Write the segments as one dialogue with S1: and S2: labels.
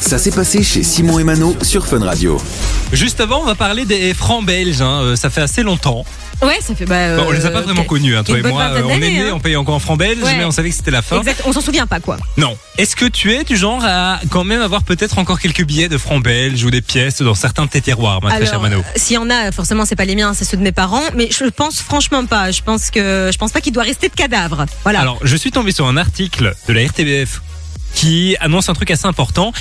S1: Ça s'est passé chez Simon et Mano sur Fun Radio.
S2: Juste avant, on va parler des francs belges. hein. Euh, ça fait assez longtemps.
S3: Ouais, ça fait. Bah,
S2: Bon, on les a pas
S3: euh,
S2: vraiment
S3: quel-
S2: connus, hein, toi et
S3: quelle bonne
S2: moi. Euh,
S3: vingtaine
S2: on est
S3: d'années,
S2: nés,
S3: hein.
S2: on payait encore en francs belges,
S3: Ouais.
S2: mais on savait que c'était la fin.
S3: Exact, on s'en souvient pas quoi.
S2: Non. Est-ce que tu es du genre à quand même avoir peut-être encore quelques billets de francs belges ou des pièces dans certains de tes tiroirs, ma très chère Mano
S3: euh, s'il y en a, forcément, c'est pas les miens, c'est ceux de mes parents, mais je pense franchement pas. Je pense que je pense pas qu'il doit rester de cadavre. Voilà.
S2: Alors, je suis tombé sur un article de la RTBF qui annonce un truc assez important.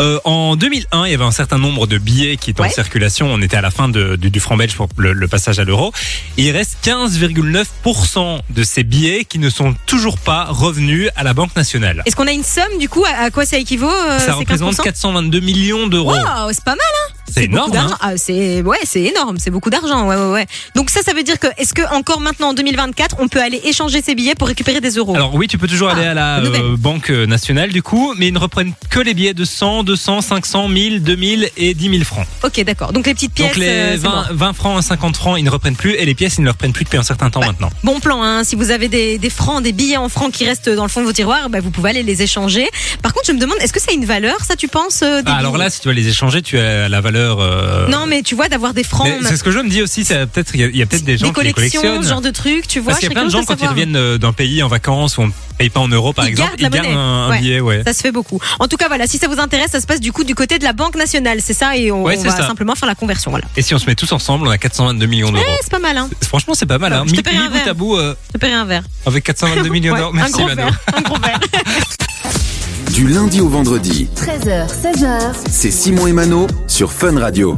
S2: Euh, en 2001, il y avait un certain nombre de billets qui étaient en
S3: Ouais.
S2: circulation. On était à la fin de- du, du franc belge pour le, le passage à l'euro. Et Il reste 15,9% de ces billets qui ne sont toujours pas revenus à la Banque nationale.
S3: Est-ce qu'on a une somme du coup à, à quoi ça équivaut euh, ces
S2: Ça représente
S3: 15%
S2: 422 millions d'euros.
S3: Wow, c'est pas mal, hein
S2: C'est
S3: beaucoup
S2: énorme.
S3: d'argent.
S2: hein.
S3: Ah, c'est ouais, c'est énorme, c'est beaucoup d'argent. Ouais, ouais, ouais. Donc ça, ça veut dire que est-ce que encore maintenant en 2024, on peut aller échanger ces billets pour récupérer des euros
S2: Alors oui, tu peux toujours aller à la
S3: Ah, nouvelle.
S2: euh, Banque nationale du coup, mais ils ne reprennent que les billets de 100, 200, 500, 1000, 2000 et 10 000 francs.
S3: Ok, d'accord. Donc les petites pièces.
S2: Donc les
S3: euh, c'est
S2: 20, 20 francs, 50 francs, ils ne reprennent plus et les pièces, ils ne les reprennent plus depuis un certain temps maintenant.
S3: Bon plan, hein, si vous avez des, des francs, des billets en francs qui restent dans le fond de vos tiroirs, bah, vous pouvez aller les échanger. Par contre, je me demande, est-ce que ça a une valeur, ça, tu penses euh, des
S2: Ah, alors
S3: billets
S2: là, si tu vas les échanger, tu as la valeur. euh,
S3: Non, mais tu vois, d'avoir des francs,
S2: mais c'est ce que je me dis aussi. c'est Peut-être il y a- il y a, peut-être des gens qui les
S3: collections,
S2: collectionnent.
S3: ce genre de trucs, tu vois.
S2: Parce qu'il y a
S3: je
S2: plein de
S3: serais
S2: gens quand
S3: curieuse
S2: ils
S3: de savoir.
S2: reviennent euh, d'un pays en vacances où on paye pas en euros par
S3: Ils
S2: exemple,
S3: gardent la
S2: ils gardent
S3: monnaie.
S2: un, un
S3: Ouais.
S2: billet, ouais.
S3: Ça se fait beaucoup. En tout cas, voilà, si ça vous intéresse, ça se passe du coup du côté de la Banque Nationale, c'est ça, et on,
S2: Ouais,
S3: on
S2: c'est
S3: va
S2: ça.
S3: simplement faire la conversion, voilà.
S2: Et si on se met tous ensemble, on a 422 millions d'euros.
S3: Eh, c'est pas mal, hein.
S2: Franchement, c'est pas mal.
S3: Ouais,
S2: Hein.
S3: je te
S2: Mi-
S3: paierai
S2: mi
S3: un
S2: bout à
S3: verre.
S2: bout euh,
S3: Je te paierai un verre.
S2: avec 422 millions
S3: Ouais,
S2: d'euros.
S3: un
S2: Merci
S3: gros
S2: Mano.
S3: verre, un gros verre.
S1: Du lundi au vendredi,
S4: 13h, 16h,
S1: c'est Simon et Mano sur Fun Radio.